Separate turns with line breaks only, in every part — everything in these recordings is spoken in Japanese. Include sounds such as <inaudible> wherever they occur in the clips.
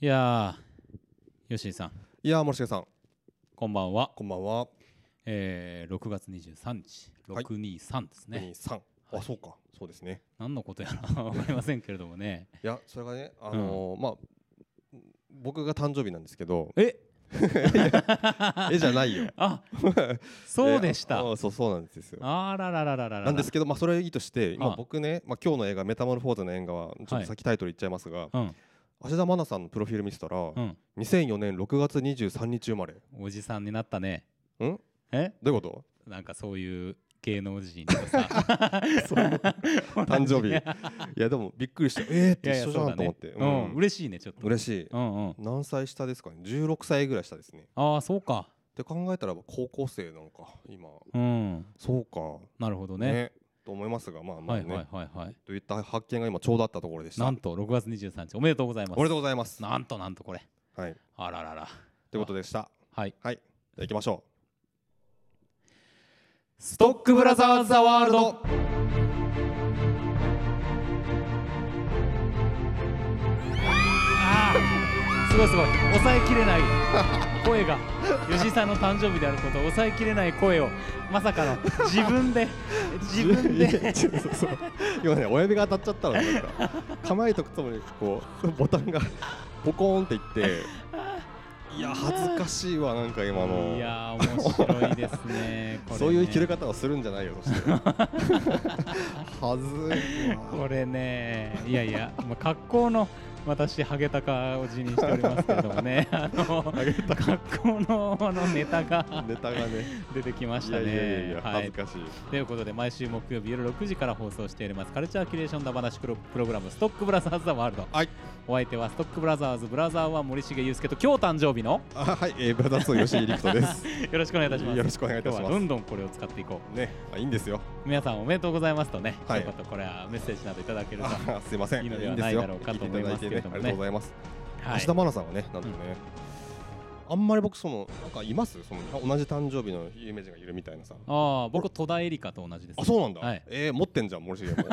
いやー、吉井さん、
いやー森重さん
こんばんは。
こんばんは、
えー、6月23日、
はい
623ですね。
二三あそうかそうですね
何のことやらわかりませんけれどもね。
いやそれがねあのーまあ僕が誕生日なんです
<laughs>
けど
え
えじゃないよ <laughs>
あ <laughs> そうでした。
えあそうそうなんですよ
あららららららら。
なんですけどまあそれはいいとして
あ
今僕ねまあ今日の映画メタモルフォーゼの映画はちょ
は
っ
い
と先タイトル言っちゃいますが
うん、
芦田愛菜さんのプロフィール見てたら
うん、
2004年6月23日生まれん
おじさんになったね。
ど
え
ういう
<laughs>
こと
なんかそういう芸能人とかさ。
<laughs>
同
誕生日
じ
い
ね
やでもびっくりしてえーって
<laughs> いやいや
一緒じゃんと思って
そうだねうん、
うん
嬉しいね、ちょっと。
嬉しい
うんうん。
何歳下ですかね16歳ぐらい下ですね
ああ、そうか。
って考えたらば高校生なんか今
うん、
そうか
なるほど
ね
ね。
と思いますがまあまあ
は
ね、
いはいはいはい。
といった発見が今ちょうどあったところでした
なんと6月23日おめでとうございます。
おめでとうございます
なんとなんとこれ。
はい
あららら。
ということでした
はい。
はいじゃあ行きましょ
ストックブラザーズ・ザ・ワー
う
ルドああすごいすごい。抑えきれない声が。吉井さんの誕生日であることを抑えきれない声をまさかの自分
<laughs>
で自分
いや
で
ちょっとそう今ね親指が当たっちゃったのなんか構えとくともにこうボタンがポコーンっていっていや恥ずかしいわなんか今の
いやー面白いですねこれね
そういう切れ方をするんじゃないよとしてはずいわ
これねいやいや、まあ、格好の私ハゲタカを辞任しておりますけれども
<laughs>
ねあの格好のあのネタが
ネタがね
出てきまし
い
た
やいやいやい
ね
や、
は
恥
い
ずかしい
ということで毎週木曜日夜6時から放送しておりますカルチャーキュレーションだ話プロプログラム「ストックブラザーズ・ザ・ワールド」
はい
お相手はストックブラザーズブラザーは森重裕介と今日誕生日の
あはい、えー、ブラザースの吉井陸
<laughs>
斗です。
よろしくお願いいたします
よろしくお願いいたします
今日はどんどんこれを使っていこ
ね、あいいんですよ。
う皆さんおめでとうございますとね、
はい
ちょっとこれはメッセージなどいただけると、は
あすいません、
いいのではい
んですよ
ないだろうかと思いますけれどもね
聞いていただいてありがとうございます。
い
芦田愛菜さんはね、なんとね、あんまり僕そのなんかいますその同じ誕生日の有名人がいるみたいなさ。
ああ僕戸田恵梨香と同じです、
あ、そうなんだ。
はい
えー持ってんじゃん森重
<laughs>
も。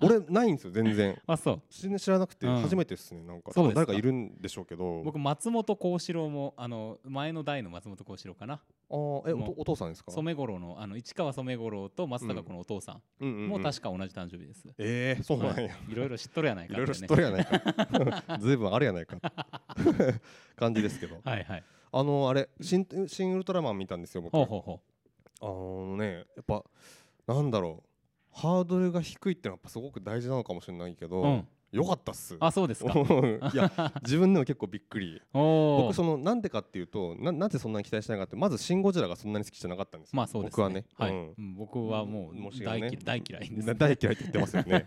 俺ないんですよ全然。
あそう
全然知らなくて
うん
初めてですね、なんか
そうですか
誰かいるんでしょうけど
僕松本幸四郎もあの前の代の松本幸四郎かな
あーえお
もう
とお父さんですか
染五郎のあの市川染五郎と松たか子のお父さ
うんうん
ん
うん
も確か同じ誕生日です、
えー、そうなんや、
いろいろ知っとるやない
い
か
ろいろ
て
知
ね
っとるやないか <laughs> ずいぶんあるやないか感じですけど
はいはい
あのあれ新新ウルトラマン見たんですよ僕
ほうほうほ
あのねやっぱなんだろうハードルが低いってのはやっぱすごく大事なのかもしれないけど、
ううん
よかったっす
あそうですか
<laughs> いや自分でも結構びっくり
お
僕
お
そのなんでかっていうとななぜそんなに期待しないかってまず「シン・ゴジラ」がそんなに好きじゃなかったんですよ
まあそうです、ね、
僕はね、
はい、
うん
うん僕はもう
もしが
大,、
ね
大嫌いです
な大嫌いって言ってます
<laughs>
よね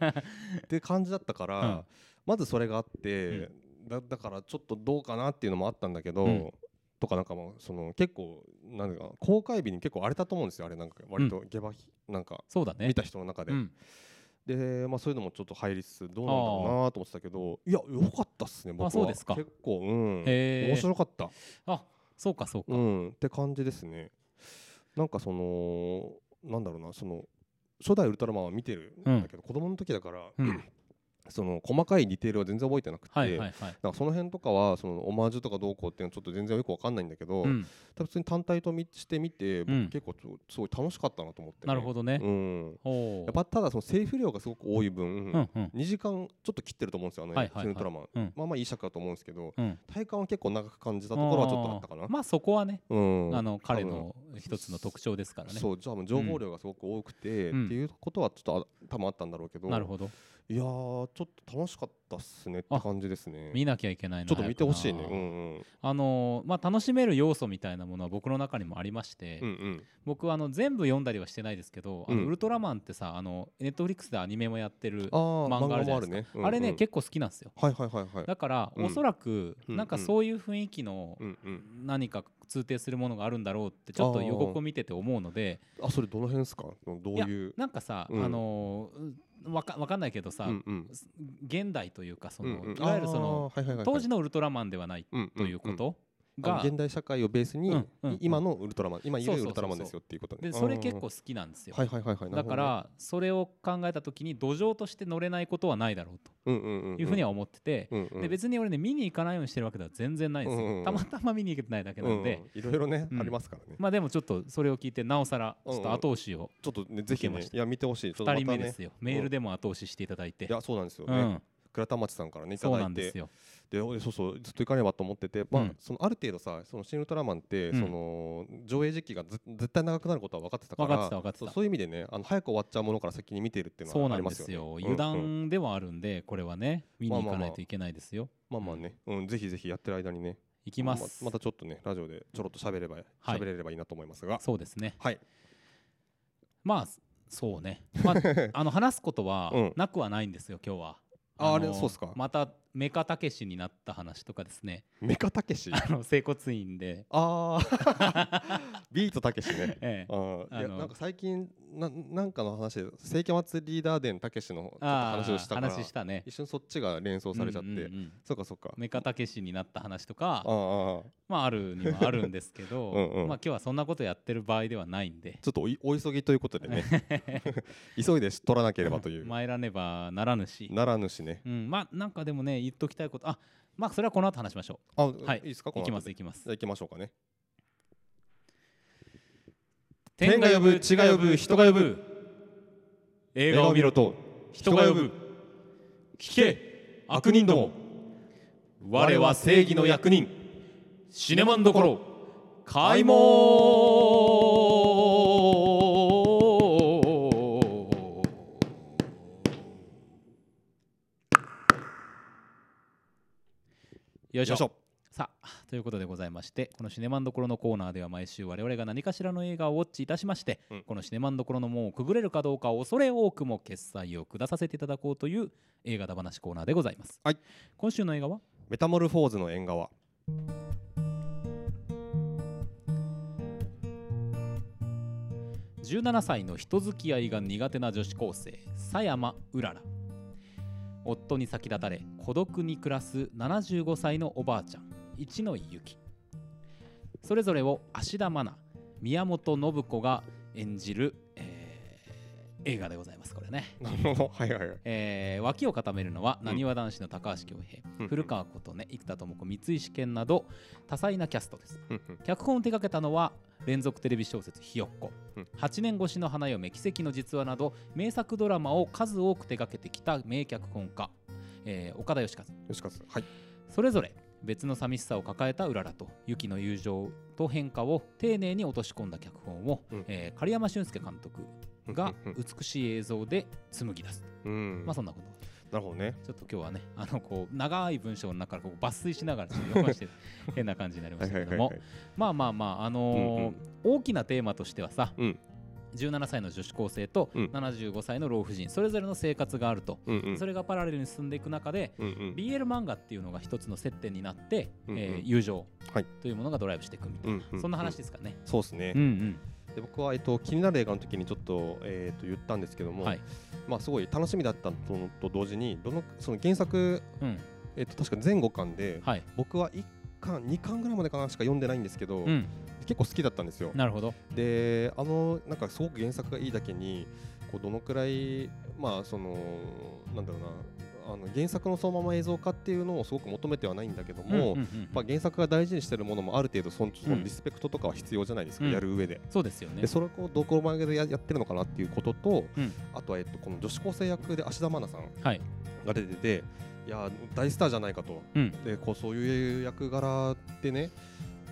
って感じだったから、
うん
まずそれがあって、だだからちょっとどうかなっていうのもあったんだけど、
うん
とかなんかもうその結構なんか公開日に結構荒れたと思うんですよあれなんか割と下馬、なんか
そうだね
見た人の中で、
うん、
でまあそういうのもちょっと入りつつどうなんだろうなと思ってたけどいや良かったっすね僕は
あそうですか
結構うん
へー
面白かった
あそうかそうか、
うんって感じですねなんかそのなんだろうなその初代ウルトラマンは見てるんだけど、子供の時だから、
うん
その細かいディテールは全然覚えてなくて、
はいはいはい、
なんかその辺とかはそのオマージュとかどうこうっていうのはちょっと全然よくわかんないんだけど、
うん、
ただ普通に単体と見してみて、
うん
僕結構ちょすごい楽しかったなと思ってね、
なるほどね、
うん、
おお
やっぱただそのセリフ量がすごく多い分、
うんうん
2時間ちょっと切ってると思うんですよね、
はいはいはい
ウルトラマン、
うん
まあまあいい尺だと思うんですけど
うん
体感は結構長く感じたところはちょっとあったかな、
まあそこはね、
うん、
あの彼
多分
の一つの特徴ですからね
そうじゃあもう情報量がすごく多くて、
うん
っていうことはちょっとあ多分あったんだろうけど
なるほど
いやーちょっと楽しかったっすねって感じですね
見なきゃいけないな
ちょっと見てほしいね
早く
う
なん
うん
あのーまあ楽しめる要素みたいなものは僕の中にもありまして、
うんうん
僕はあの全部読んだりはしてないですけど、あの
うん
ウルトラマンってさあのネットフリックスでアニメもやってる
あ
あ
ー
漫画
漫画
あるじゃない
もあ
です
る
かれ
ね
ね、
構
結構好きなんですよ
はいはいはいはい
だから、
うん
おそらく
うん
なんかそういう雰囲気の
うんうん
何か通底するものがあるんだろうってちょっと予告を見てて思うので
あそれどの辺ですかどういう
なんかさ、
うん
あのーうんわかわかんないけどさ、
うんうん
現代というかその、
うんうん
いわゆるその
あーはいはいはいはい
当時のウルトラマンではない
うんうんうん
ということ
あの
が
現代社会をベースに、
うんうんうん
今のウルトラマン今い
そう
る
そう
ウ
そうそう
ルトラマンですよっていうことね
でそれ結構好きなんですよ
はいはいはいはい
だ
なるほ
か
どね
らそれを考えた時に土壌として乗れないことはないだろうと
うんうんうんん
いうふうには思ってて
うんうん
で別に俺ね見に行かないようにしてるわけでは全然ないんです
うんうんう
よ
ん
たまたま見に行けてないだけなの
うん
で
うんいろいろね、
うん
ありますからね
まあでもちょっとそれを聞いてなおさらちょっと後押しを
ちょっとねぜ
聞
ひ
けま
ね
した
いや見てほしいちょっとま
2
た
人目
ね
ですよメールでも後押ししていただいて
いやそうなんですよ
う
ね、
ん
倉田町さんからねいた
そう
だ
ないんで
て
すよ
で俺そうそうずっと行かねばと思ってて、まあ
うん
そのある程度さ「その新ウルトラマン」って、
うん
その上映時期がず絶対長くなることは分かってたから
分かってた分かってた
そうそういう意味でねあの早く終わっちゃうものから先に見てるっていうの
そう
はあ
な
り
ん
ま
です
よ
す
ね
よ
うん
油
うん
断ではあるんでこれはね見に行
まあま
か
あまあ
ないといけないですよ
まあまあね、うん、ぜひぜひやってる間にね
行きます
ままたちょっとねラジオでちょろっと喋れば
はい
喋れればいいなと思いますが
そうですね
はい、
まあそうね、
<laughs>
まあ、あの話すことは
うん
なくはないんですよ今日は。
あ
の
あれそうっすか
またメカたけしになった話とかですね <laughs>
メカたけし
あの整骨院で、
あ
<laughs>
ービートたけしね
ええ、
ああいや
あの
なんか最近ななんかの話で世紀末リーダー伝たけしのちょっと
あ
話
ー
をしたから
話したね
一瞬そっちが連想されちゃって、
うんうんうん
そうかそうか
メカたけしになった話と
あ
か
あああ
まああるにはあるんですけど
<laughs> うんうん
まあ今日はそんなことやってる場合ではないんで
ちょっとおいお急ぎということで
<laughs>
ね急いで取らなければという
参らねばならぬし、
ならぬしね
うん、まあなんかでもね言っときたいことあまあそれはこの後話しましょ
あ、
はい
いいですか
う
こ
い
の
き
後
ます
で
いきます
じゃあ行きましょうかね
天
天
が呼
が呼
ぶ
ぶ
地
地
が
が
呼
呼
ぶ
ぶ
人
人
が
が
呼
呼
ぶ
ぶ
映画を見ろ
と
人が呼ぶ聞け悪人ども我は正義の役人シネマンどころ開門よいし
よ
ょ
いしょ
さあということでございましてこの「シネマンどころ」のコーナーでは毎週我々が何かしらの映画をウォッチいたしまして、
うん
この「シネマンどころ」の門をくぐれるかどうかを恐れ多くも決済を下させていただこうという映画だ話コーナーでございます、
はい
今週の映画は
メタモルフォーズの縁側
17歳の人付き合いが苦手な女子高生狭山うらら夫に先立たれ孤独に暮らす75歳のおばあちゃん一ノ井由紀それぞれを芦田愛菜宮本信子が演じる、えー映画でございますこれね、
なるほど <laughs> はいはいはい
えー脇を固めるのはなにわ男子の高橋恭平、
うん
古川琴音生田智子三石健など多彩なキャストです
うんうん
脚本を手掛けたのは連続テレビ小説「ひよっこ」
うん
8年越しの花嫁」「奇跡の実話」など名作ドラマを数多く手掛けてきた名脚本家、えー岡田義和
よしかつはい
それぞれ別の寂しさを抱えたうららとユキの友情と変化を丁寧に落とし込んだ脚本を、
うん
えー狩山俊介監督が
うんうん
美しい映像で紡ぎ出す、
うん
まあそんなこと
なるほどね
ちょっと今日はねあのこう長い文章の中からこう抜粋しながらちょっと読ま
<laughs>
して変な感じになりましたけどもまあまあまああのー
うんうん
大きなテーマとしてはさ、
うん
17歳の女子高生と
うん
75歳の老婦人それぞれの生活があると、
うんうん
それがパラレルに進んでいく中で、
うんうん
BL 漫画っていうのが一つの接点になって、
うんうん
えー友情
はい
というものがドライブしていくみたいな、
うんうん
そんな話ですかね。
そうですね
うんうん
で僕はえっと気になる映画の時にちょっとえっと言ったんですけども
はい
まあすごい楽しみだったのと同時にどのその原作
うん
えっと確か前後巻で
はい
僕は1巻2巻ぐらいまでかなしか読んでないんですけど
うん、
結構好きだったんですよ
なるほど。
であのなんかすごく原作がいいだけにこうどのくらいまあそのなんだろうなあの原作のそのまま映像化っていうのをすごく求めてはないんだけども、
んん
やっ
ん
ぱ原作が大事にしてるものもある程度そのそ
うん
のリスペクトとかは必要じゃないですか、
うん
やる上で,、
そうですよね
で。それをこうどこまでややってるのかなっていうことと、
うん
あとは、えっと、この女子高生役で芦田愛菜さん
はい。
が出てていや大スターじゃないかと
うん
でこうそういう役柄でね、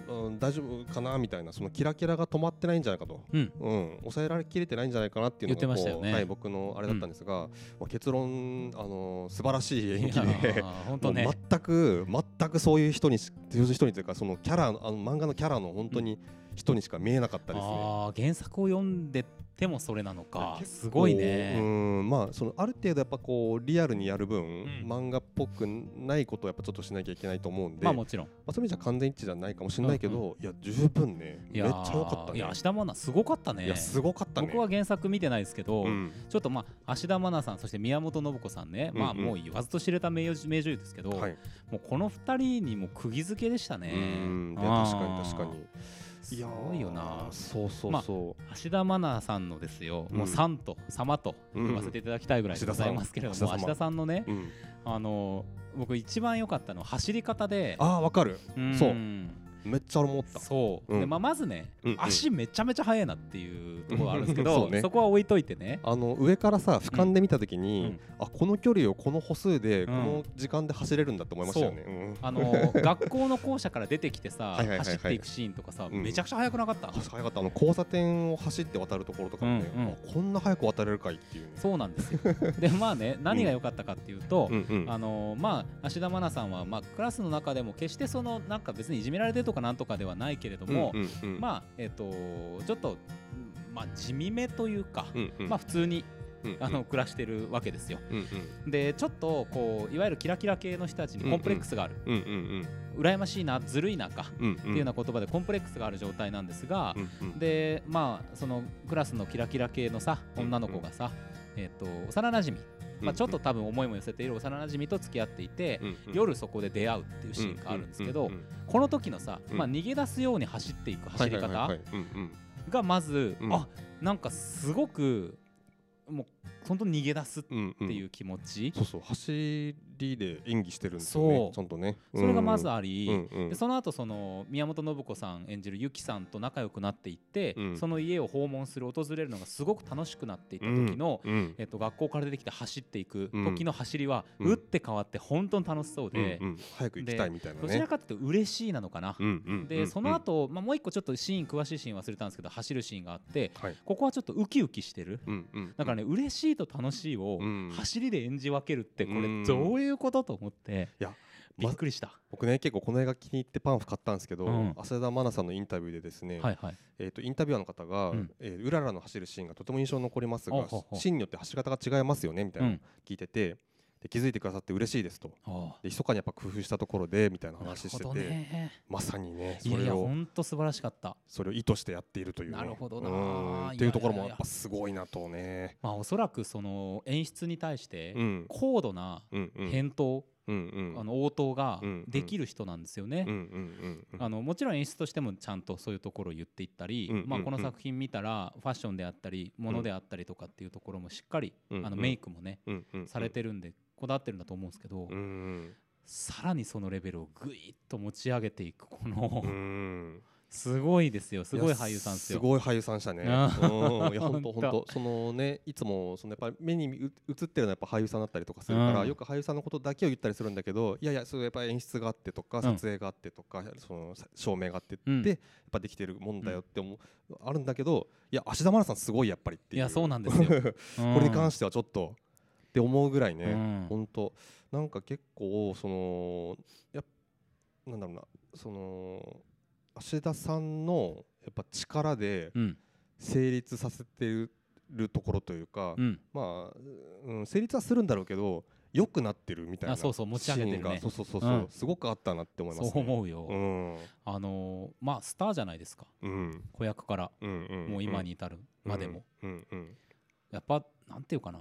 うん、大丈夫かなみたいなそのキラキラが止まってないんじゃないかと、
うん
うん、抑えられきれてないんじゃないかなっていうの
言ってま
がこ
した
う
よね
はい、僕のあれだったんですが、まあ、結論、あのー素晴らしい演
い
技
やー。
で
本
も
当
う
ね。
全く全くそういう人にしそういう人にというかそのキャラあの漫画のキャラの本当に人にしか見えなかったですね。
あー原作を読んでてもそれなのか
結構
すごいうね、
んまあそのある程度やっぱこうリアルにやる分、
ん
漫画っぽくないことをやっぱちょっとしなきゃいけないと思うんで、
まあ
ま
もちろん
あそういう意味じゃ完全一致じゃないかもしれないけど、いや十分ね
い
めっち
や
ゃ
ー
良かったね
いや芦田愛菜すごかったね
いやすごかったね
僕は原作見てないですけど、
うん
ちょっとまあ芦田愛菜さんそして宮本信子さんね、まあ
うんうん
もう言わずと知れた名誉名女優ですけど、
はい、
もうこの二人にも釘付けでしたね
うんいや
あ
確
ー
かに確かに
すごいよな
ーそうそうそう、
芦田愛菜さんのですよ、もううんさんと様と言わせていただきたいぐらいでございますけれども、
うん芦田さん
芦田さんのね、
うん、
あの僕一番良かったのは走り方で、
ああわかる
うん
そうめっちゃ思った
そう、
うん
でまあまずね、
うんうん
足めちゃめちゃ速いなっていうところはあるんですけ
うん
ど、
<laughs> そうね
そこは置いといて
<laughs>
ね。
あの上からさ俯瞰で見た時
う
に
ん、
あこの距離をこの歩数で、
うん
この時間で走れるんだって思いましたよね、うん
あの学校の校舎から出てきてさ
はいはいはいはい
走っていくシーンとかさ、
うん
めちゃくちゃ速くなかった、
あ早かったあの交差点を走って渡るところとかもね、
うんうん
あこんな早く渡れるかいっていうね
そうなんですよ <laughs> でまあね何が良かったかっていうと、
うんうん
あのまあ、芦田愛菜さんは、まあ、クラスの中でも決してそのなんか別にいじめられてるとかなんとかではないけれども、
うんうんうん
まあえっ、とちょっと、まあ、地味めというか、
うんうん
まあ、普通に
うんうん
あの暮らしてるわけですよ。
うん
でちょっとこういわゆるキラキラ系の人たちにコンプレックスがある、
うんうんうん
羨ましいなずるいなかっ
うんうん
ていうような言葉でコンプレックスがある状態なんですが
う、んうん
でまあそのクラスのキラキラ系のさ
うん
女の子がさ、えっと幼馴染み、まあ、ちょっと多分思いも寄せている幼馴染みと付き合っていて、
うんうん
夜そこで出会うっていうシーンがあるんですけど、
ううん
この時のさ、
うん
まあ、逃げ出すように走っていく走り
はいはいは
方
いはいうんうん
がまず、
うん
あなんかすごくもう本当に逃げ出すっ
うん
て
ん
いう気持ち、
そうそう走りで演技してるんですよね
そう
ちゃんとね
それがまず
あ
あり、
うんうん
でその後その宮本信子さん演じるゆきさんと仲良くなっていって、
うん
その家を訪問する訪れるのがすごく楽しくなっていった時の、
うん
えっと、学校から出てきて走っていく
うん
時の走りは、
うん
打って変わって本当に楽しそう
うん
で、
うん早く行きたいみたいなね
どちらかというと嬉しいなのかな。
うんうんうん
でその後、まあもう一個ちょっとシーン詳しいシーン忘れたんですけど走るシーンがあって
はい
ここはちょっとウキウキしてる
うんうん
だからね、嬉しいと楽しいを
うん
走りで演じ分けるってこ
う
れ
ん
どういうことと思って
いや
びっくりした、
僕ね結構この映画気に入ってパンフ買ったんですけど
うん
浅田愛菜さんのインタビューでですね
はいはい
えーとインタビュアーの方が
うん
えーうららの走るシーンがとても印象に残ります
あほ
が
うほう
シーンによって走り方が違いますよねみたいなのを聞いててで気づいてくださって嬉しいですと
あ
で密かにやっぱ工夫したところでみたいな
あなる
話し
ほ
て
ど
て
ね
まさにね
い
そ
やい
れ
や
を
ほんと素晴らしかった
それを意図してやっているというね、
なるほどな
うんっていうところ
いやいやい
も
や
やっぱすごいなとね。
まあおそらくその演出に対して
うん
高度な
うんうん
返答、
うんうん
あの応答が
うん
できる人なんですよね、
うんうんうん
あのもちろん演出としてもちゃんとそういうところを言っていったり、
うん
まあ、
うん
この作品見たらファッションであったりものであったりとかっていうところもしっかり、
うん
あの
うん
メイクもね、
うんうん
されてるんでこだわってるんだと思うんですけど、
うん
さらにそのレベルをぐいっと持ち上げていくこの、
うん
すごいですよすごい
や
俳優さんです
す
よ。
ごい俳優さんでしたね。うんい
あ <laughs>
や本当
ほんと
本当そのねいつもそのやっぱり目にう映ってるのはやっぱ俳優さんだったりとかするから、
うん
よく俳優さんのことだけを言ったりするんだけどいやいやそれやっぱり演出があってとか
う
撮
ん
影があってとか、そのさ照明があってって、
うん
やっぱできてるもんだよって思う、あるんだけどいや芦田愛菜さんすごいやっぱりってい
い
う。
やそうなんですよ
<laughs> これに関
し
してはちょっとって思うぐらい
て
ね、本当なんか結構そのやっなんだろうなその芦田さんのやっぱ力で
うん
成立させてるところというか、
うん
まあ、うん、成立はするんだろうけど良くなってるみたいな
あそうそう持ち上げてるね
シーンがそうそうそうそう、
うん
すごくあったなって思います、
そ
ね、
う思うよ、
うん
あのーまあスターじゃないですか
うん
子役から
うんうん
もう今に至るまでも、
うんうん
やっぱなんていうかな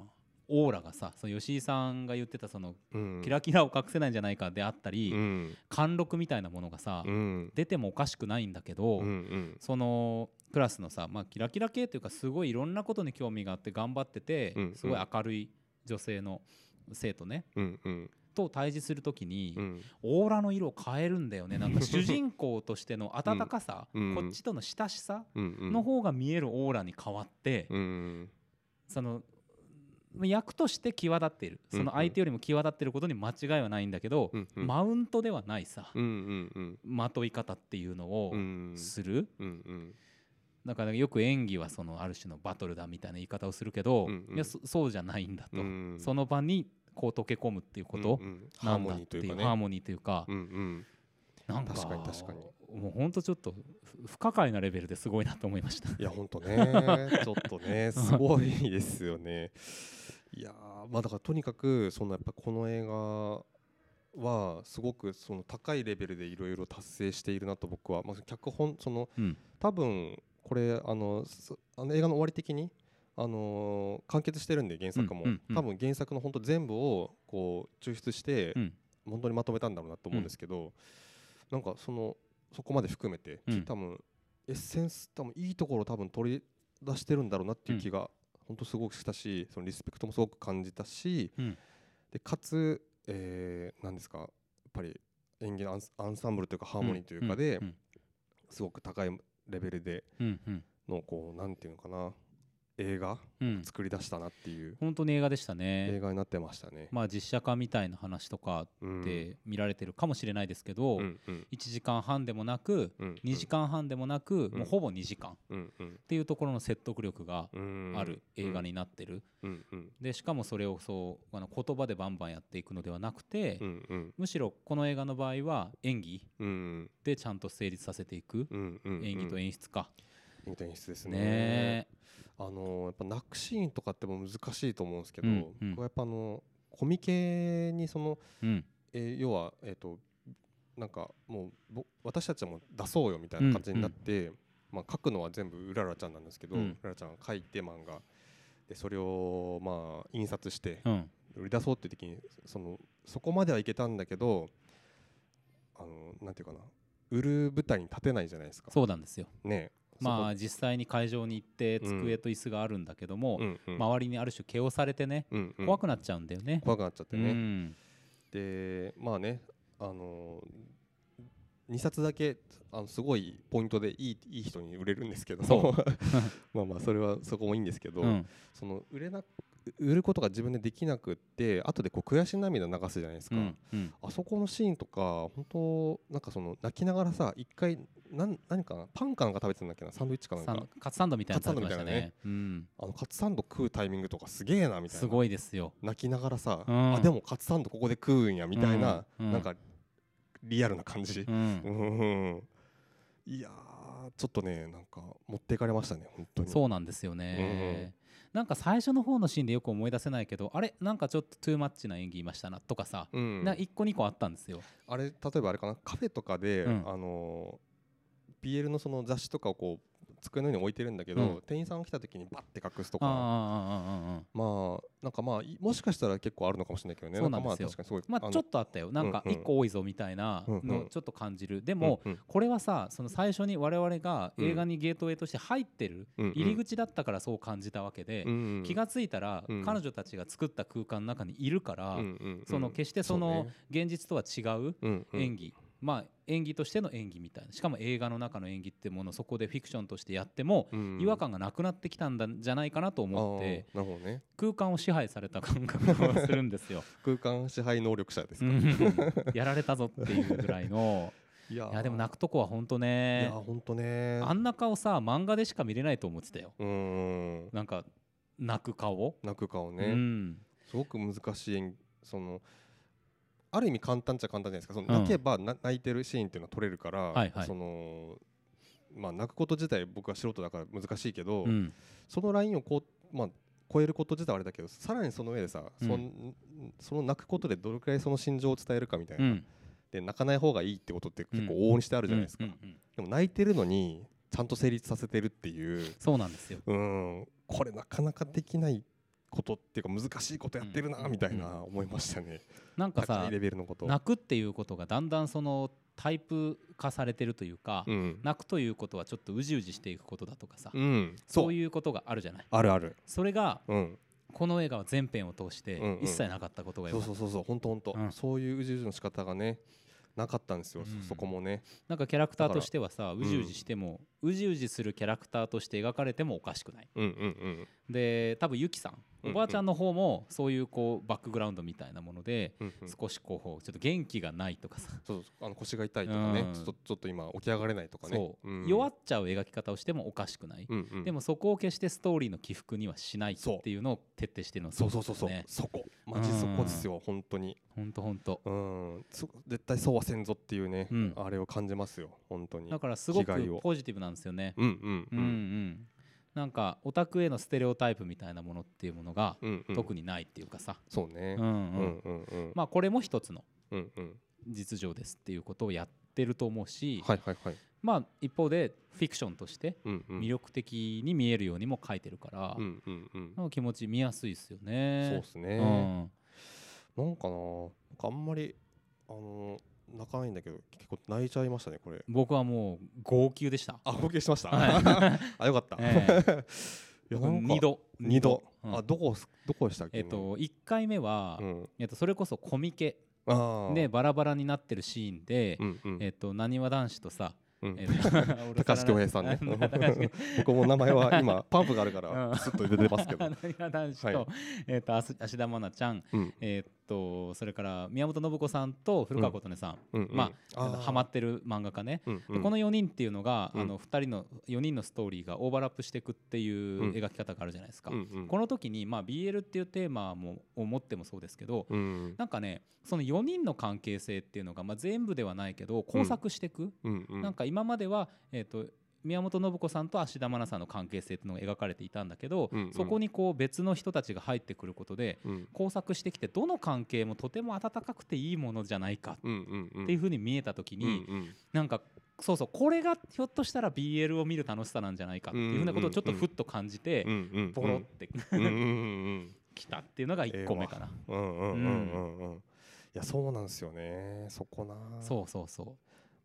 オーラがさその吉井さんが言ってたその
うん
キラキラを隠せないんじゃないかであったり、
うん
貫禄みたいなものがさ、
うん
出てもおかしくないんだけど、
うんうん
そのクラスのさ、まあ、キラキラ系というかすごいいろんなことに興味があって頑張ってて、
うん
すごい明るい女性の生徒ね
うんうん
と対峙するときに、
うん
オーラの色を変えるんだよねなんか主人公としての温かさ、
<laughs> うん
こっちとの親しさの
の
方が見えるオーラに変わって、
うん
その役として際立っているその相手よりも際立っていることに間違いはないんだけど、
うんうん
マウントではないさ、
うんうんうん
まとい方っていうのを
うん
する、
うんうん
だからよく演技はそのある種のバトルだみたいな言い方をするけど、
うんうん
いやそそうじゃないんだと、
うん
その場にこう溶け込むっていうこと
うんうんハ
な
ー
ん
モ
だっ
ニーと
て
い
いうう
かね
ハーモニーというか、
うんうん
なんか
確かに確かに
もうほんとちょっとふ不可解なレベルですごいなと思いました
いや本当ね <laughs> ちょっとねすごいですよねいやーまあだからとにかくそのやっぱこの映画はすごくその高いレベルでいろいろ達成しているなと僕は、まあ、脚本その
うん
多分これあのすあの映画の終わり的に、あのー完結してるんで原作も、
うんうんうん
多分原作の本当全部をこう抽出して、
うん
本当にまとめたんだろうなと思うんですけど、なんかそのそこまで含めて、
うん
多分エッセンス多分いいところを多分取り出してるんだろうなっていう気が、本当すごくしたしそのリスペクトもすごく感じたし、
うん
でかつ、えー、なんですかやっぱり演技のアンスアンサンブルというかハーモニーというかで、
うん
すごく高いレベルで
うんうん
のこうなんていうのかな映画
うん
作り出したなっていう
本当に映画でした
映
ね
画になってましたね。
まあ実写化みたいな話とか
うん
って見られてるかもしれないですけど、
うんうん
1時間半でもなく
うんうん
2時間半でもなく、もうほぼ2時間っ
うんうん
ていうところの説得力が
うん
ある映画になってる、
うんうん
でしかもそれをそうあの言葉でバンバンやっていくのではなくて、
うんうん
むしろこの映画の場合は演技
うん
でちゃんと成立させていく
うんうん
演技と
演
演出か、
技と演出です
ね
ね。あのーやっぱ泣くシーンとかっても難しいと思うんですけど
うんうん
僕はやっぱあのコミケにその
えうん
えー要はえっとなんかもうぼ私たちも出そうよみたいな感じになってまあ書くのは全部うららちゃんなんですけど
う
うんららちゃんが書いて漫画でそれをまあ印刷して
うん
売り出そうっていう時にそのそこまではいけたんだけどあのなんていうかな売る舞台に立てないじゃないですか。
そうなんですよ
ね
ま
あ
あ実際に会場に行って
うん
机と椅子があるんだけども、
うんうん
周りにある種毛をされてね
うんうん
怖くなっちゃうんだよね。
怖くなっちゃって
う
ね、
ん
でまあねあの2冊だけあのすごいポイントでいいいい人に売れるんですけど
そう
<laughs> まあまあそれはそこもいいんですけど、
うん
その売れな売ることが自分でできなくって後でこう悔し涙流すじゃないです
う
か、
んうん
あそこのシーンとか本当なんかその泣きながらさ一回なん何かなパンかなんか食べてたんだっけなサンドイッチかなん
サ
か
ンカツサンドみたいなの食べましたね
カ
うん、
あのカツサンド食うタイミングとかすげえなみたい
す
な
ごいですよ。
泣きながらさ、
うん
あでもカツサンドここで食うんやみたいな、
うんうん
なんかリアルな感じ
う、、
うんんいやーちょっとねなんか持っていかれましたね本当に
そうなんですよね。なんか最初の方のシーンでよく思い出せないけどあれなんかちょっとトゥーマッチな演技いましたなとかさ、
う、ん、
な1個2個あったんですよ。
あれ例えばあれかなカフェとかで、
うん
あのー BL のその雑誌とかをこう机の上に置いてるんだけど、
うん
店員さんが来た時にバッて隠すと
あああ
か
あああああ
まあなんかまあいもしかしたら結構あるのかもしれないけどね
そうなんですよ
かまあ確かにすごい
まあちょっとあったよなんか
うんうん
1個多いぞみたいな
うんう
の
ん
ちょっと感じる。で
と
も、これはさその最初に我々が
うん
映画にゲートウェイとして入ってる入り口だったからそう感じたわけで、気がついたら
うん
彼女たちが作った空間の中にいるから、その決してそ
そう
の
ね
現実とは違う演
技
技、まあ演技としての演技みたいなしかも映画の中の演技ってものをそこでフィクションとしてやっても違和感がなくなってきたんだじゃないかなと思って
なるほどね
空間を支配された感覚がするんですよ。
空間支配能力者です
う
か、
んやられたぞっていうぐらい
<laughs>
の
いや
いやでも泣
く
くとこは本当
い
ね
や本当ね
あんな顔さ漫画でしか見れないと思ってたよ
うん
なんか泣く顔、
泣く顔
う
ね、
ん
すごく難しい演技そのある意味簡単っちゃ簡単じゃないですかその泣けばな、泣いてるシーンっていうのは撮れるから、
はいはい
そのまあ泣くこと自体僕は素人だから難しいけど、
うん
そのラインをこう、まあ、超えること自体はあれだけどさらにその上でさ、
うん
そんその泣くことでどれくらいその心情を伝えるかみたいうな、
ん
で泣かない方がいいってことって結構
うん
往々にしてあるじゃないですか、
うんうんうん
でも泣いてるのにちゃんと成立させてるっていう
そうなんですよ
うんこれなかなかできないことっていうか難しいことやってるな
うん
みたい
うん
な思いましたね、
なんか
高
さ
いレベルのこと
泣くっていうことがだんだんそのタイプ化されてるというか、
うん、
泣くということはちょっとうじうじしていくことだとかさ、
うん、
そう
う
いうことがあるじゃない
あるある
それが
うん
この映画は全編を通して
うんうん
一切なかったことがよか
そう
った
そうそうそう本当本当、
うん
そういううじうじの仕方がねなかったんですよ、そ
うん
そこもね
なんかキャラクターとしてはさ
ん
うじうじしても、うじうじするキャラクターとして描かれてもおかしくない
うんうん
で多分ゆきさんお
うんうん
ばあちゃんの方もそういうこうバックグラウンドみたいなもので
うんうん
少しこうちょっと元気がないとかさ、
そうそうあの腰が痛いとかね、
うん
ちょっとちょっと今起き上がれないとかね
そう、
ん
弱っちゃう描き方をしてもおかしくない、
うんうん
でもそこを決してストーリーの起伏にはしない
そう
っていうのを徹底してるのは
そうそうそうそう、
ね
そこマジそこですよ本当に
ほんとほんと
うんそ絶対そうはせんぞっていうね、
うん
あれを感じますよ本当に
だからすご
自害
く
を
ポジティブなんですよね
うん
う
う
んうんんなんかオタクへのステレオタイプみたいなものっていうものが
うんうん
特
に
にないっていうかさ
そう
う
ね
んう
うんうんんうん
まあこれも一つの
うんうん
実情ですっていうことをやってると思うし
はいはいはい
まあ一方でフィクションとして
うんうん
魅力的に見えるようにも書いてるから
うんうんうん
なんか気持ち見やすいですよ
そう
ね
っ。すね、
うん
なんかななんかあんまりあの泣かないんだけど結構泣いちゃいましたねこれ
僕はもう号泣でした。
あ号泣しました、
は
<laughs> あよかった、
<laughs> え
いやなんか
二度
二
う
度、
ん
あどこすどこでしたっけ
えっ、と1回目は、
うん、
えっとそれこそコミケ
あー
でバラバラになってるシーンで、
うんうん
えっとなにわ男子とさ、
うん
えっと <laughs> 俺
高橋恭平さんね
な <laughs> 高橋
<laughs>
恭平
僕も名前
<laughs>
は今パンプがあるか
う
ら
ん
ずっと出てます
<laughs>
けど、
なにわ男子と、
はい
えっとあす芦田愛菜ちゃん、
うん
えっとそれから宮本信子さんと古川琴音さん、
うんうん、
ま
あー
ハマってる漫画家ね。
うん
で
うん、
この4人っていうのが、
うん
あの2人の4人のストーリーがオーバーラップしていくっていう
うん
描き方があるじゃないですか、
うんうん
この時に、まあ、BL っていうテーマもを持ってもそうですけど、
うん
なんかねその4人の関係性っていうのが、まあ、全部ではないけど交錯していく、
うんうん
なんか今までは、えー、と宮本信子さんと芦田愛菜さんの関係性っていうのが描かれていたんだけど、
うんうん
そこにこう別の人たちが入ってくることで
うん
交錯してきてどの関係もとても温かくていいものじゃないか
うんうんうん
っていうふうに見えた時に、
うんうん
なんかそうそうこれがひょっとしたら BL を見る楽しさなんじゃないかっていうふうなことをちょっとふっと感じて
うんうんうん
ボロって
うんうんうん
きたっていうのが1個目かな、<laughs>
うんうんうんうんうんいやそうなんですよねそこな
そうそうそ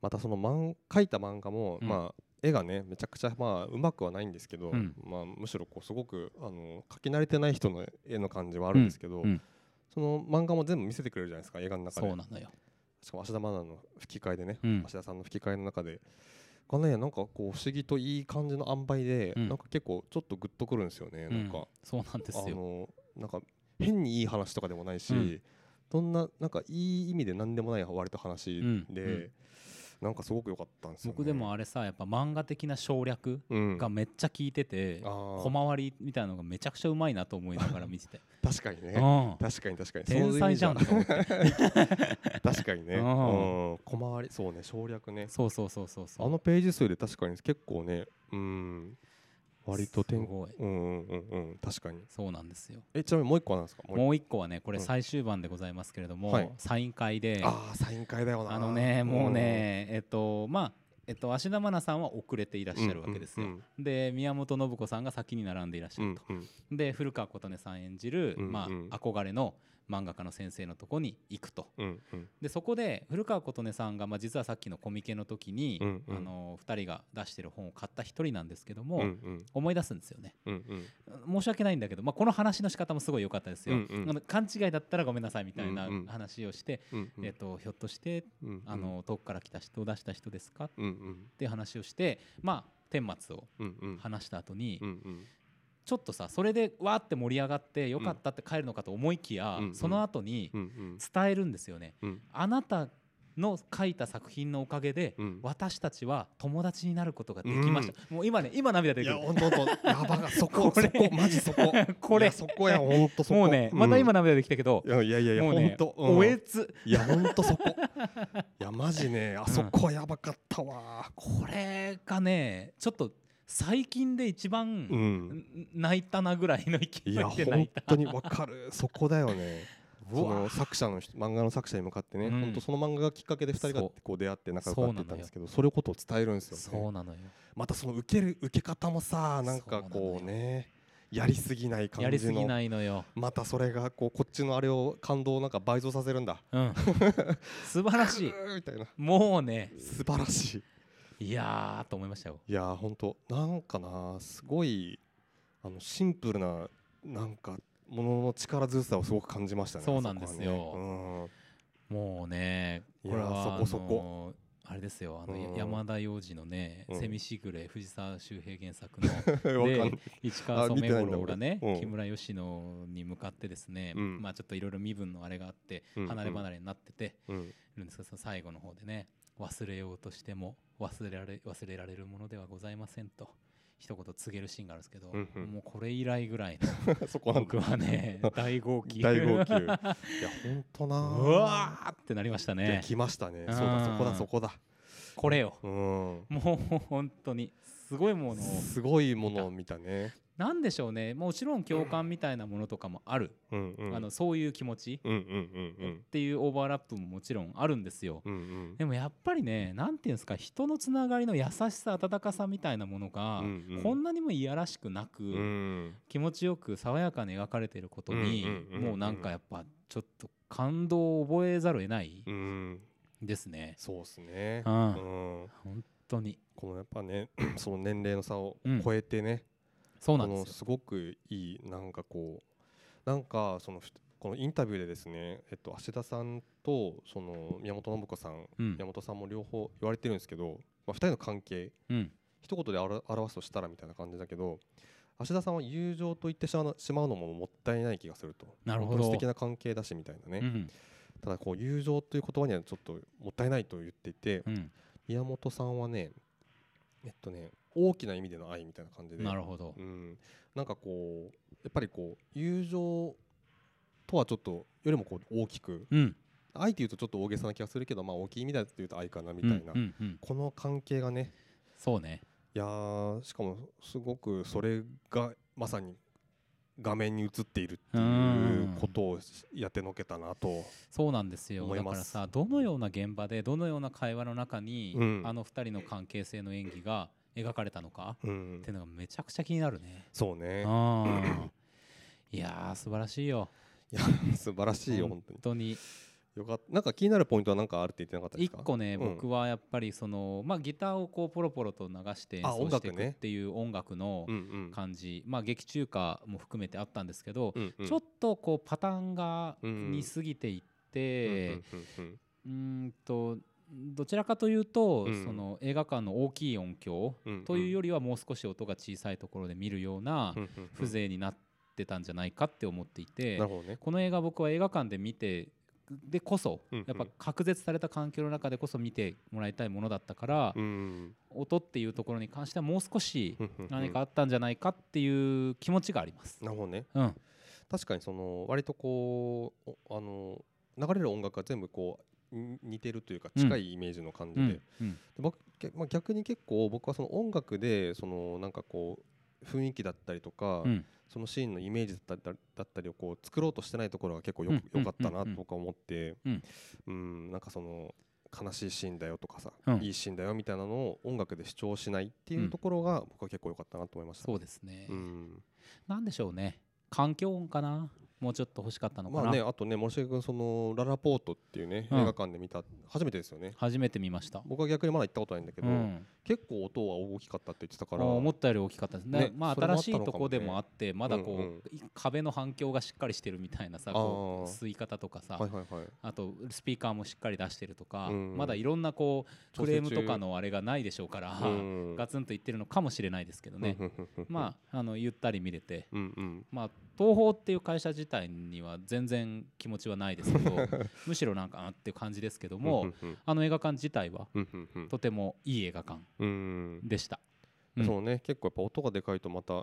またその漫描いた漫画も、
うん
まあ絵がねめちゃくちゃまあうまくはないんですけど、
うん
まあむしろこうすごくあの描き慣れてない人の絵の感じはあるんですけど、
うんうん
その漫画も全部見せてくれるじゃないですか映画の
う
中
そ
で
うなのよ
しかも芦田愛菜の吹き替えでね、
うん
芦田さんの吹き替えの中でがねなんかこう不思議といい感じの塩梅で、
うん
なんか結構ちょっとグッとくるんですよね、なん
うん
か
そうなんです
あ
よ
のなんか変にいい話とかでもないし、
うん
どんななんかいい意味で何でもない割と話で、
うんうん
なんかすごく良かったんですよ、ね、
僕でもあれさやっぱ漫画的な省略
うん、
がめっちゃ効いてて
あー
小回りみたいなのがめちゃくちゃうまいなと思いながら見てて
<laughs> 確かに
う
ね
ん
確かに確かに
天才じゃん
そう
と
いう
思っ
意味じ
て
ゃ確かにね、
う
うんん、小回りそうね省略ね
そうそうそうそうそ
あ
う
のページ数で確かに結構ねうん割と
す
天
ごい
うんうんうんうん確かに
そうなんですよ
えちなみにもう一個はなんですかう
もう一個はねこれ
うん
最終版でございますけれども、
はい
サイン会で
一個ああサイン会だよな
あのねもうね、えっとまあえっと芦田愛菜さんは遅れていらっしゃるわけですよ、
うんうん
で宮本信子さんが先に並んでいらっしゃ
う
る
ん
と、
うん
で古川琴音さん演じる、
うんうん
まあ、憧れの漫画家の先生のとこに行くと
うんうん
でそこで古川琴音さんが、まあ、実はさっきのコミケの時に、
うんうん
あの2人が出してる本を買った一人なんですけども、
うんうん
思い出すんですよね
うんうん
申し訳ないんだけど、まあ、この話の仕方もすごい良かったですよ、
うんうん
あの勘違いだったらごめんなさいみたいな
うんうん
話をして、
うんうん
えっとひょっとして
うんうん
あの遠くから来た人を出した人ですかっ
うんうん
て話をしてまあ顛末を
うんうん
話した後に
うんうん
ちょっとさそれでわーって盛り上がってよかったって帰るのかと思いきや
うんうん
その後に
うんうん
伝えるんですよね。
うん
あなたの書いた作品のおかげで
うん
私たちは友達になることができました、もう今ね今涙出
い
て
や
くる
本当本当やばがそこ
これ
そこマジそこ
これ
いやそこや本当そこ
もうねまた今
な
涙出てきたけど
い、やいやいやいや
もうね
本当
おえ
い
つ
や本当そこいやマジねあそこはやばかったわ
これがねちょっと最近で一番、
うん
泣いたなぐらいの勢
い
い
や
で泣い
本
た
当にわかるそこだよね
う
そ
わ
の作者の人漫画の作者に向かってね、
うん
本当その漫画がきっかけで2人が
そう
こう出会って仲良くなってたんですけどそれをことを伝えるんですよ、
そ
ね
う、なのよ
またその受ける受け方もさなんかこうねやりすぎない感
やりす
じ
ぎ
の
ないのよ、
またそれがこうこっちのあれを感動をなんか倍増させるんだ <laughs>
うん、素晴らしいう
ーみたいな
もうね
素晴らしい
いやーと思いましたよ
いやーほんとなんかなすごいあのシンプルななんかものの力強さをすごく感じましたね
そうなんですよ
あそこはね
もうね
い
こ
や
れ
ー
は
そこそこ
あのーあれですよあの、
うん
山田洋次のね「
うん
セミシグレ」藤沢周平原作
<laughs>
の
うんわか
で
んない
市川染
あ見てない
五
んだ
郎がね、
俺うん
木村佳乃に向かってですね、
うん
まあちょっといろいろ身分のあれがあって
うんうん
離れ離れになってて
うん
るんですけど、その最後の方でね忘れようとしても忘れられ忘れられるものではございませんと一言告げるシーンがあるんですけど、
うんうん
もうこれ以来ぐらい
<laughs>
の
そこなんだ
僕はね大号泣
大号泣
う
いや本当なー
わーってなりました
いや
ね
来ましたね
うん
そうだそこだそこだ
これよ
うん
もう本当にすごいものを
すごいものを見たね
なんでしょうねもちろん共感みたいなものとかもある、
うんうん
あのそういう気持ち
うんうんうんうん
っていうオーバーラップももちろんあるんですよ、
うんうん
でもやっぱりねなんていうんですか人のつながりの優しさ温かさみたいなものが、
うんうん
こんなにもいやらしくなく、
うん
気持ちよく爽やかに描かれていることに、
うんうんうんうん
もうなんかやっぱちょっと感動を覚えざるを得ない
うん
ですね、
そうですね
う
うんん
本当に
このやっぱね <clears throat> その年齢の差を
うん
超えてね
そうな
こ
んで
の
すよ
すごくいいなんかこうなんかそのふこのインタビューでですねえっと芦田さんとその宮本信子さん
うん
宮本さんも両方言われてるんですけどまあ二人の関係
うん
一言であら表すとしたらみたいな感じだけど芦田さんは友情と言ってしまうのしまうのももったいない気がすると
なるほど
本当に素敵な関係だしみたいなね、
うん
ただこう友情という言葉にはちょっともったいないと言っていて、
うん
宮本さんはねえっとね大きな意味での愛みたいな感じで
なるほど
うん、なんかこうやっぱりこう友情とはちょっとよりもこう大きく
うん
愛っていうとちょっと大げさな気がするけど、まあ、大きい意味だっていうと愛かなみ
う
た
ん
いな、
うんうん
この関係がね
そうね
いやーしかもすごくそれがまさに画面に映っているっていうことをしやってのけたなと、
そうなんですよ
思
だ
い
か
ます
らさどのような現場でどのような会話の中に、
うん
あの二人の関係性の演技が描かれたのか
うん
っていうのがめちゃくちゃ気になるね。
そうね
あーいやー素晴らしいよ
いや <laughs> 素晴らしいよ本当に
本当に
よかったなんか気になるポイントは何かあるって言ってなかったで
一
すか
個ね、
うん
僕はやっぱりその、まあ、ギターをこうポロポロと流して演
あ
奏してい
音楽
くっ
ね
ていう音楽の
うんうん
感じ、まあ、劇中歌も含めてあったんですけど、
うんうん
ちょっとこうパターンが
うんうん
に過ぎていっ
うんう
て
んうん
うーんとどちらかというと、
うん
その映画館の大きい音響
うんうん
というよりはもう少し音が小さいところで見るような
うんうんうん
風情になってたんじゃないかって思っていて。
なるほどね
この映画僕は映画館で見てでこそ
うんうん
やっぱ隔絶された環境の中でこそ見てもらいたいものだったから
うん
音っていうところに関してはもう少し
うんうんうん
何かあったんじゃないかっていう気持ちがあります。
なるほどね
うん、
確かにその割とこうおあの流れる音楽が全部こうに似てるというか近いイメージの感じ
う
で、
ん、うん
で僕けまあ、逆に結構僕はその音楽でそのなんかこう雰囲気だったりとか、
うん
そのシーンのイメージだったりだったりをこう作ろうとしてないところが結構よ,、
うん
よかった
う
なん
うん
とか思って、
うん
うんなんかその悲しいシーンだよとかさ、
うん
いいシーンだよみたいなのを音楽で主張しないっていうところが僕は結構良かったなと思いました。
そうですね、
うん
なんでしょうね環境音かなもうちょっと欲しかったのかな、
まあね、あとね森重君その「ララポート」っていうね、
うん
映画館で見た初めてですよね
初めて見ました。
僕は逆にまだ行ったことないんだけ
う
ど、
ん、
結構音は大きかったって言ってたから
もう思ったより大きかったですね
ね
まあ
それもあ
新
っ
しい
たのかもね
とこでもあってまだこう、
うんうん
い壁の反響がしっかりしてるみたいなさこ
あ
う
ー
吸い方とかさ、
はいはいはい
あとスピーカーもしっかり出してるとか、
うん
まだいろんなこう
調
ク
整
レー
中
ムとかのあれがないでしょうから、
うん
ガツンと言ってるのかもしれないですけどね、
うんうんうんうん
まああのゆったり見れて、
うんうん
まあ、東宝っていう会社自体には全然気持ちはないですけ
<laughs>
どむしろなんかなっていう感じですけども、
うんうん
あの映画館自体は
うんうんうん
とてもいい映画館
うん
でした。う
うんんそうね結構やっぱ音がでかいとまた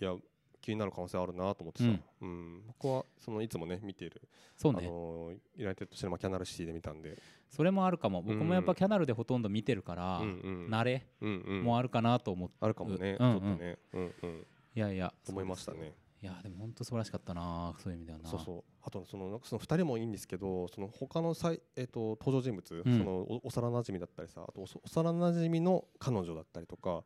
いや気になる可能性あるなと思ってさ、うん僕はそのいつもね見ている、
そう
あ
ね
のーユナイテッドシネマキャナルシティで見たんで、
それもあるかも僕もやっぱ
うん
キャナルでほとんど見てるから、
うんうん
慣れ
うんうん、
もあるかなと思って、
あるかもね、
うんうん
ちょっとね、うんうん、
いやいや
思いましたね
いやでも本当素晴らしかったなそういう意味ではな
そうそうあとそのなんかその2人もいいんですけどその他のさい、えっと登場人物、
うん
そのお幼なじみだったりさあとおそ幼なじみの彼女だったりとか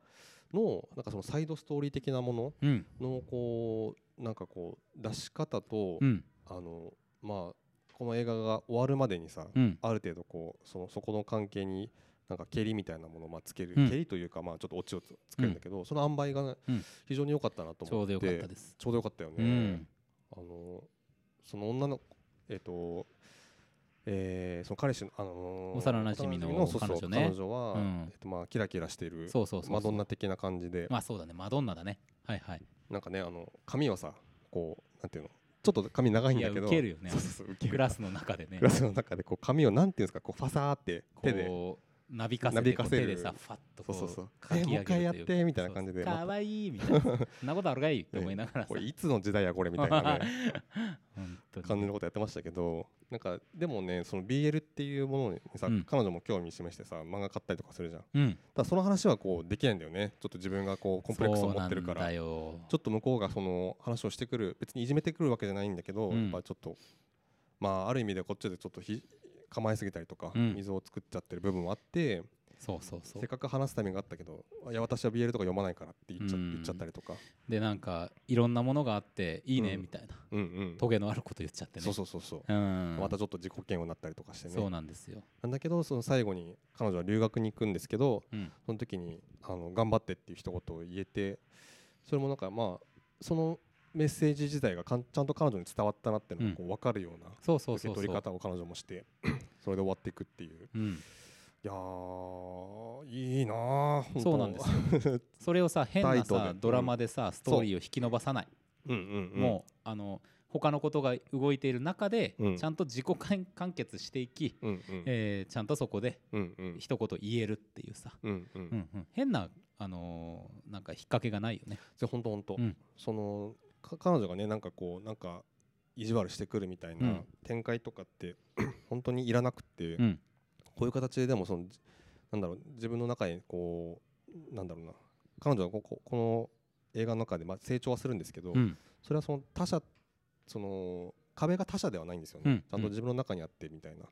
のなんかそのサイドストーリー的なもの
うん
のこうなんかこう出し方と、
うん
あのまあこの映画が終わるまでにさ、
うん
ある程度こうそのそこの関係になんか蹴りみたいなものをまあつける、
うん
蹴りというかまあちょっとオチをつつけるんだけど、その塩梅が
うん
非常に良かったなと
ちょ
思
う
っ
ど
て、
よかったです。
ちょうどよかったよね、
うん
あのその女のえっ、とえーその彼氏の、あのー
幼馴染の
そうそう
彼女ね
彼女は、
うん
えっとまあ、キラキラしている
そうそうそうそう
マドンナ的な感じで
まあそうだね、マドンナだね。はいはい。
なんかねあの髪はさこうなんていうのちょっと髪長いんだけ
いや
ど
ウケるよね
そうそうそうウケる
クラスの中でね
ク、ラスの中でこう髪をなんていうんですかこうファサーって手で
こうなびかせてこう
なびかせ
手
る
でさファッとこ
そう
う
そうそう
かき
えもう一
上げ
回
る
やっ
という
てみたいな感じで
そうそう
ま
か
た
わいいみたいなそんなことあるかいって思いなが
<laughs>
らさ
これいつの時代やこれみたいなね
<laughs> 本当に
感じのことやってましたけどなんかでもねその BL っていうものにさ、
うん
彼女も興味示してさ漫画買ったりとかするじゃんた
うん
だその話はこうできないんだよねちょっと自分がこうコンプレックスを持ってるか
そう
ら
なんだ
ち
よ
ょっと向こうがその話をしてくる別にいじめてくるわけじゃないんだけど、
うん
やっぱちょっとまあある意味でこっちでちょっとひ構えすぎたりとか、
うん
溝を作っちゃってる部分もあって
そうそうそう
せっかく話すタイミングがあったけどいや私は BL とか読まないからって言っちゃ,、
うん
言っちゃったりとか
でなんかいろんなものがあっていいね
うん
みたいな、
うんうん
トゲのあること言っちゃってね
そうそうそうそう、
うん
またちょっと自己嫌悪になったりとかしてね
そうなんですよ、
なんだけどその最後に彼女は留学に行くんですけど
うん、
その時にあの頑張ってっていう一言を言えてそれもなんかまあそのメッセージ自体がかんちゃんと彼女に伝わったなっていうの
うん
がこう分かるような
そうそうそ
受け
うそ
取り
う、
方を彼女もして
<laughs>
それで終わっていくっていう
うん、
いやーいいなー本当
そうなんですそれをさ変な
タイト
さ
ルで
ドラマでさストーリーを引き伸ばさない、
うんうんうん
もうあの他のことが動いている中で、
うん
ちゃんと自己完完結していき、
うんうん
えーちゃんとそこで
うんうん
一言言えるっていうさ、
うんう
うんんうん、変な、あのーなんか引っ掛けがないよね。
それ本当本当
うん
そのか彼女がねなんかこうなんか意地悪してくるみたい
うん
な展開とかって <coughs> 本当にいらなくって
うん
こういう形ででもそのじなんだろう自分の中にこうなんだろうな彼女はこここの映画の中でまあ成長はするんですけど、
うん
それはその他者その壁が他者ではないんですよね、
うん
ちゃんと自分の中にあってみたいな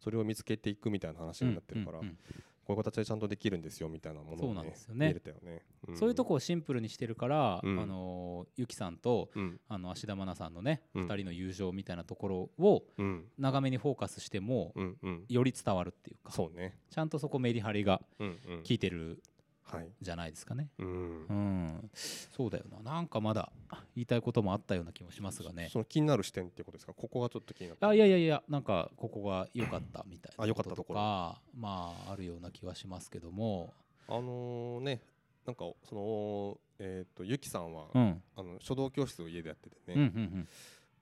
それを見つけていくみたいな話になってるから、
うんうん
こういう形でちゃんとできるんですよみたいなもの
そう
を、
なん
ね
ですよね
見れたよね、
うんそういうと
こ、
こをシンプルにしてるから、
うん
あのーゆきさんと
うん
あの芦田愛菜さんのね、
う
二
ん
人の友情みたいなところを
うん
長めにフォーカスしても、
うんうん、
より伝わるっていうか
そうね、
ちゃんとそこメリハリが
うんうん、
効いてる
はい、
じゃないですかね。
うん
うん、そうだよななんかまだ言いたいこともあったような気もしますがね
その気になる視点っていうことですかここがちょっと気になった
あいやいやいやなんかここが良かったみたい
あ
な
良
こ
か
と
った
と
ところ
かまああるような気はしますけども、
あのねなんかそのえっ、とゆきさんは、
うん、
あの書道教室を家でやってて
うんうんう
ね、
ん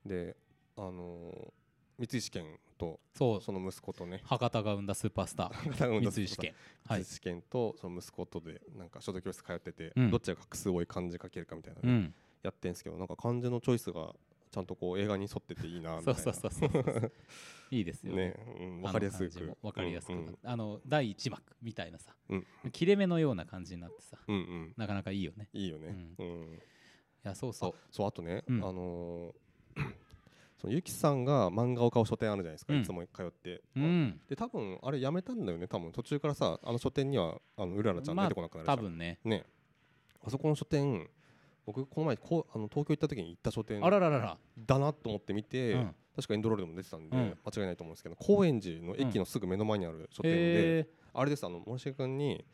であのー三石健と
そう
その息子とね
博多が生んだスーパース
<laughs>
ター三井試験は
三
い
石健とその息子とでなんか書道教室通ってて、
うん
どっちが画数多い漢字書けるかみたいな
う
ね、
ん
やってんですけどなんか漢字のチョイスがちゃんとこう映画に沿ってていいなみた
そ
いうな
そうそうそうそういいですよ
ね、うん、わかりやすく
分かりやすく、
うん
あの第一幕みたいなさ、
うん
切れ目のような感じになってさ
うん、うんうん
なかなかいいよね
いいよね、うん
いやそうそ
あ
う
そうあとね、
うん
あのー <clears throat> そのゆきさんが漫画を買う書店あるじゃないですか、
うん
いつも通って、
うん
で多分あれやめたんだよね多分途中からさあの書店にはあのうららちゃん
まあ
出てこなくなるじゃ
多
ん、
分ね
ねあそこの書店僕この前こうあの東京行った時に行った書店
あらららら
だなと思って見て、
うん
確かエンドロールでも出てたんで、
うん
間違いないと思うんですけど高円寺の駅のすぐ目の前にある書店で、
え
あれですあの森重君に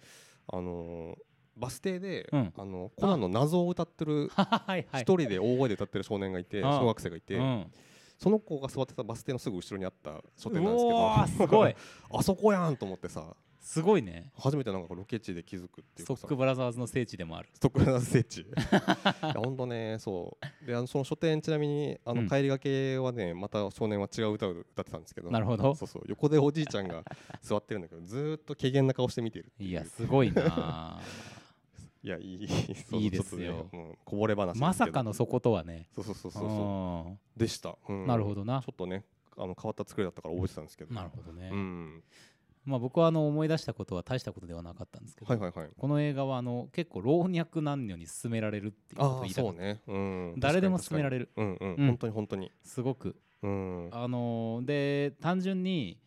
あのーバス停で、
うん
あのコナンの謎を歌ってる
ーはいは
一
い
人で大声で歌ってる少年がいて
ああ
小学生がいて、
うん
その子が座ってたバス停のすぐ後ろにあった書店なんですけ
う
ど
おーすごい
あそこやんと思ってさ
すごいね
初めてなんかこうロケ地で気づくっていう
ソ
かさ
ックブラザーズの聖地でもある
ストックラ聖地いやほんとねそうであのその書店ちなみにあ
うん
の帰りがけはね、また少年は違う歌を歌ってたんですけど
なるほど
そうそう横でおじいちゃんが座ってるんだけどずーっと軽減な顔して見てるっていう
いやすごい
<laughs>
な
いやいいそう
いいです
ちょっとね
よ
うんこぼれ話ですけど
まさかのそことはね
そうそうそうそうそうでした、うん
うんなるほどな
ちょっとねあの変わった作りだったから覚えてたんですけど
なるほどね、
うん
まあ、僕はあの思い出したことは大したことではなかったんですけど、
はいはいはい
この映画はあの結構老若男女に勧められるっていうことを
ああ
言いたか
そ
っ
う
た、
ね、うん、
誰でも勧められる
確かにうんうん、
うん
本当に本当に
すごく
うん
あのーで単純に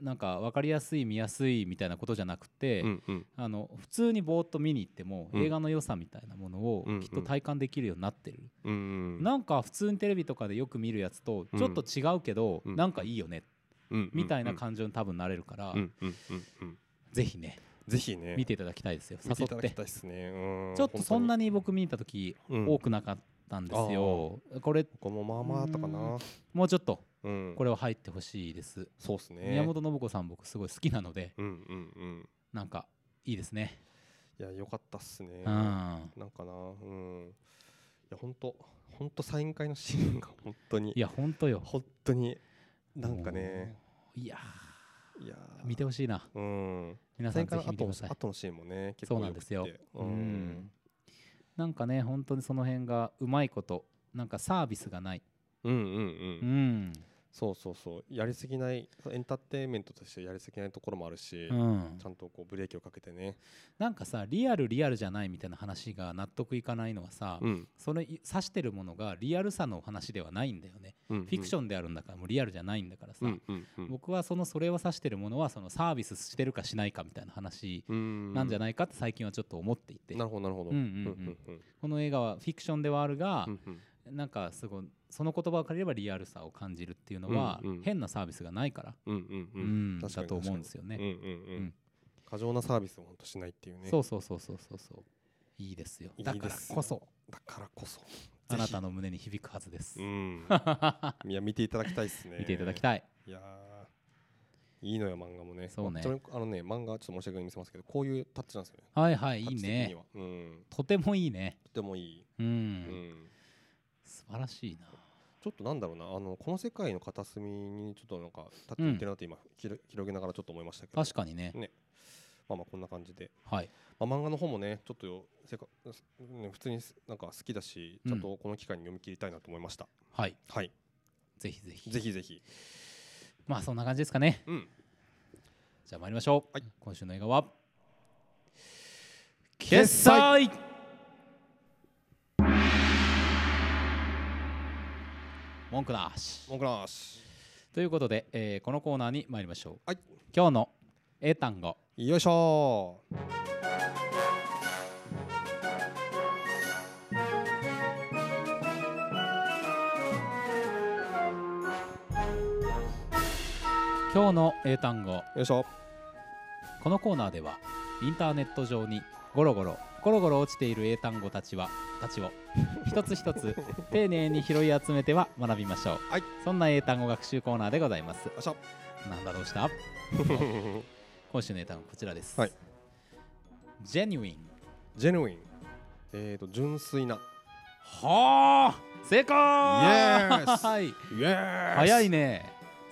なんか分かりやすい見やすいみたいなことじゃなくて、
うんうん
あの普通にぼーっと見に行っても、
うん
映画の良さみたいなものを
うんうん
きっと体感できるようになってる、
うんうん
なんか普通にテレビとかでよく見るやつとちょっと違うけど、
うん
なんかいいよね、
うん
みたいな感情に多分なれるから、
うんうんうんうん
ぜひね
ぜひね
見ていただきたいですよ
見て
誘
いた
っ
だき
て
たいですねうん
ちょっとそんな
に
に僕見に行った時多
多
くなかったんですよ、これ
僕もまあまああったかな
もうちょっと
うん
これは入ってほしいです、
そうですね
宮本信子さん僕すごい好きなので
うんうんうん
なんかいいですね、
いやよかったっすね
うん
なんかなうんいや本当本当サイン会のシーンが本当に
いやほんとよ
本当になんかね
もういや
いやー
見てほしいな
うん
皆さんぜひ見てください
あとのシーンもね結
そう
構
なん
良く
ですよ
て
う
うんん
なんかね本当にその辺がうまいことなんかサービスがない
うんうん
う
うん
ん
そうそうそうやりすぎないエンターテインメントとしてやりすぎないところもあるし、
うん
ちゃんとこうブレーキをかけてね、
なんかさリアルリアルじゃないみたいな話が納得いかないのはさ
うん
それ指してるものがリアルさの話ではないんだよね
うん、
フィクシ
ン
ョンであるんだからもうリアルじゃないんだからさ
うんうんうん
僕はそのそれを指してるものはそのサービスしてるかしないかみたいな話
うん、
なんじゃ
い
ないかって最近はちょっと思っていて
なるほどなるほど
うんうん
うん
この映画はフィクションではあるが
うんうん
なんかすごいその言葉を借りればリアルさを感じるっていうのは
うんうん
変なサービスがないから
うんう
うん
うん
ん
確か
だ
に
と思うんですよ
うんう
ね。
んうん
うん
過剰なサービスを本当しないっていうね
そうそうそうそうそうそういいですよ
いい
だからこそ
だからこそ
あなた
の
の胸に響くはずです <laughs>
う。んいや見ていただきたいですね
見ていただき
い
たい。
いやーいいのよ漫画もね
そうね
ちなみにあのね漫画ちょっと申し訳ない見せますけどこういうタッチなんですよね
はいはいいい
タッチ的に
ね。
はうん
とてもいいね。
とてもいい、
う
うんん、
素晴らしいな。
ちょっとなんだろうなあのこの世界の片隅にちょっとなんかタッチいってるなって今、ひろ広げながらちょっと思いましたけど
確かにね。
ねまあまあこんな感じで
はい。
まあ、漫画の方もねちょっとよせか、すね、普通にすなんか好きだし
うん
ちゃんとこの期間に読み切りたいなと思いました、
はい。
はい
ぜひぜひ。
ぜひぜひ
まあそんな感じですかね。
うん
じゃあ参りましょう。
はい
今週の映画は
決済
決済文句なし。
文句なし
ということで、えーこのコーナーに参りましょう。
はい
今日の英単語
よいしょ
今日の英単語
よいしょ
このコーナーではインターネット上にゴロゴロゴロゴロ落ちている英単語たちはたちを一つ一
<laughs>
つ丁寧に拾い集めては学びましょう、
はい
そんな英単語学習コーナーでございます
よいしょ
なんだどう
<laughs>
した今週の英単語こちらです、
はい
Genuine
ジェヌウィンえーと純粋な
はあ正解 <laughs> はい
イエー
早いね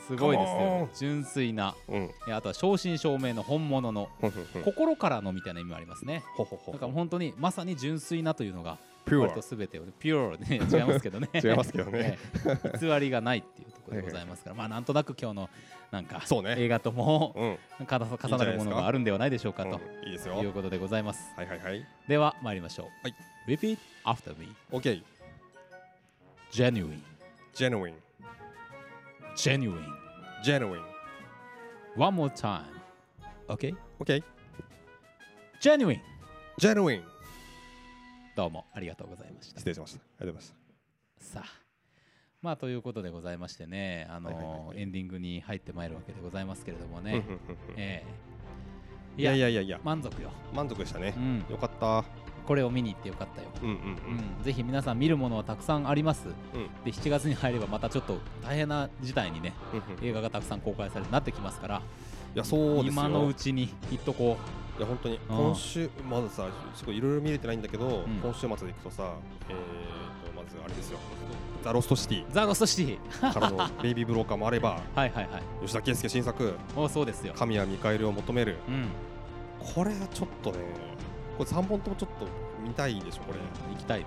すごいです
カモ
よ
ン
純粋な
うん
えあとは正真正銘の本物の
ほんほんほん
心からのみたいな意味もありますね
ほほほ
だから本当にまさに純粋なというのが
ピュ
割と
ア
全てをピュアね <laughs> 違いますけどね
違いますけどね
はい偽りがないっていうところでございますからまあなんとなく今日のなんか
そうね
映画とも
うん、
重な重なるものがあるんではないでしょうかと
うんいいですよ
いうことでございます
はいはいはい
では参りましょ
はいう
Repeat after me
OK
Genuine
ジェヌウィン
Genuine
ジェヌウィン
One more time OK
OK
Genuine
ジェヌウィン
どうもありがとうございました
失礼しましたありがとうございました
さあまあということでございましてねあのー
はいはいはいはい
エンディングに入ってまいるわけでございますけれどもね、
うんうんうんうん
ええ
いやいやいやいや
満足よ、
満足でしたね
う、ん、
よかった
これを見に行ってよかったよ、
うんうん
う
うん
ん、ぜひ皆さん見るものはたくさんあります
うん
で7月に入ればまたちょっと大変な事態にね
うんうんい
映画がたくさん公開されてなってきますから
やそうですよ
今のうちに行っとこ
いや本当に今週まずさすごいいろいろ見れてないんだけど、
ん
今週末でいくとさえー、とまずあれですよザ・ロストシティ
うザ・ゴストシティ
からのベイビー・ブローカーもあれば
はいはいはい
吉田圭佑新作
おそうですよ
神は見返りを求める
うん
これはちょっとねこれ3本ともちょっと見たいでしょこれ
行きたいね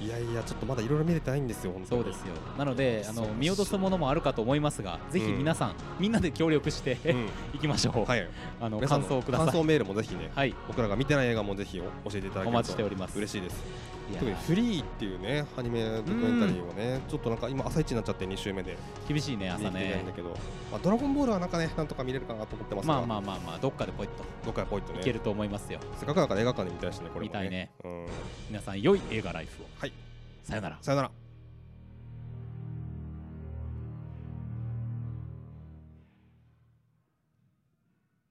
いやいやちょっとまだいろいろ見れてないんですよ本当
そ
に
うですよなのであの
そう
見落とすものもあるかと思いますがぜひ皆さん、みんなで協力して、
う
<laughs> 行きましょう、
ん、はい
あの
皆さ
感
んの
想をくださ
感
い
想メールもぜひね
はい
僕らが見てない映画もぜひお教えていただけると
お待ちしております
嬉しいです
いや
特にフリーっていうねアニメドキュメンタリーをねちょっとなんか今朝一になっちゃって2週目で
厳しいね
見
朝
に行けてない
ね
んだけど、まあ、ドラゴンボールはなんかねなんとか見れるかなと思ってますが
まあまあまあまあどっかでポイッと
どっかでポイントね
いけると思いますよ、
せっかくだから映画館で見たいしねこれもね
見たいね
うん
皆さん良い映画ライフを
はい
さよなら
さよなら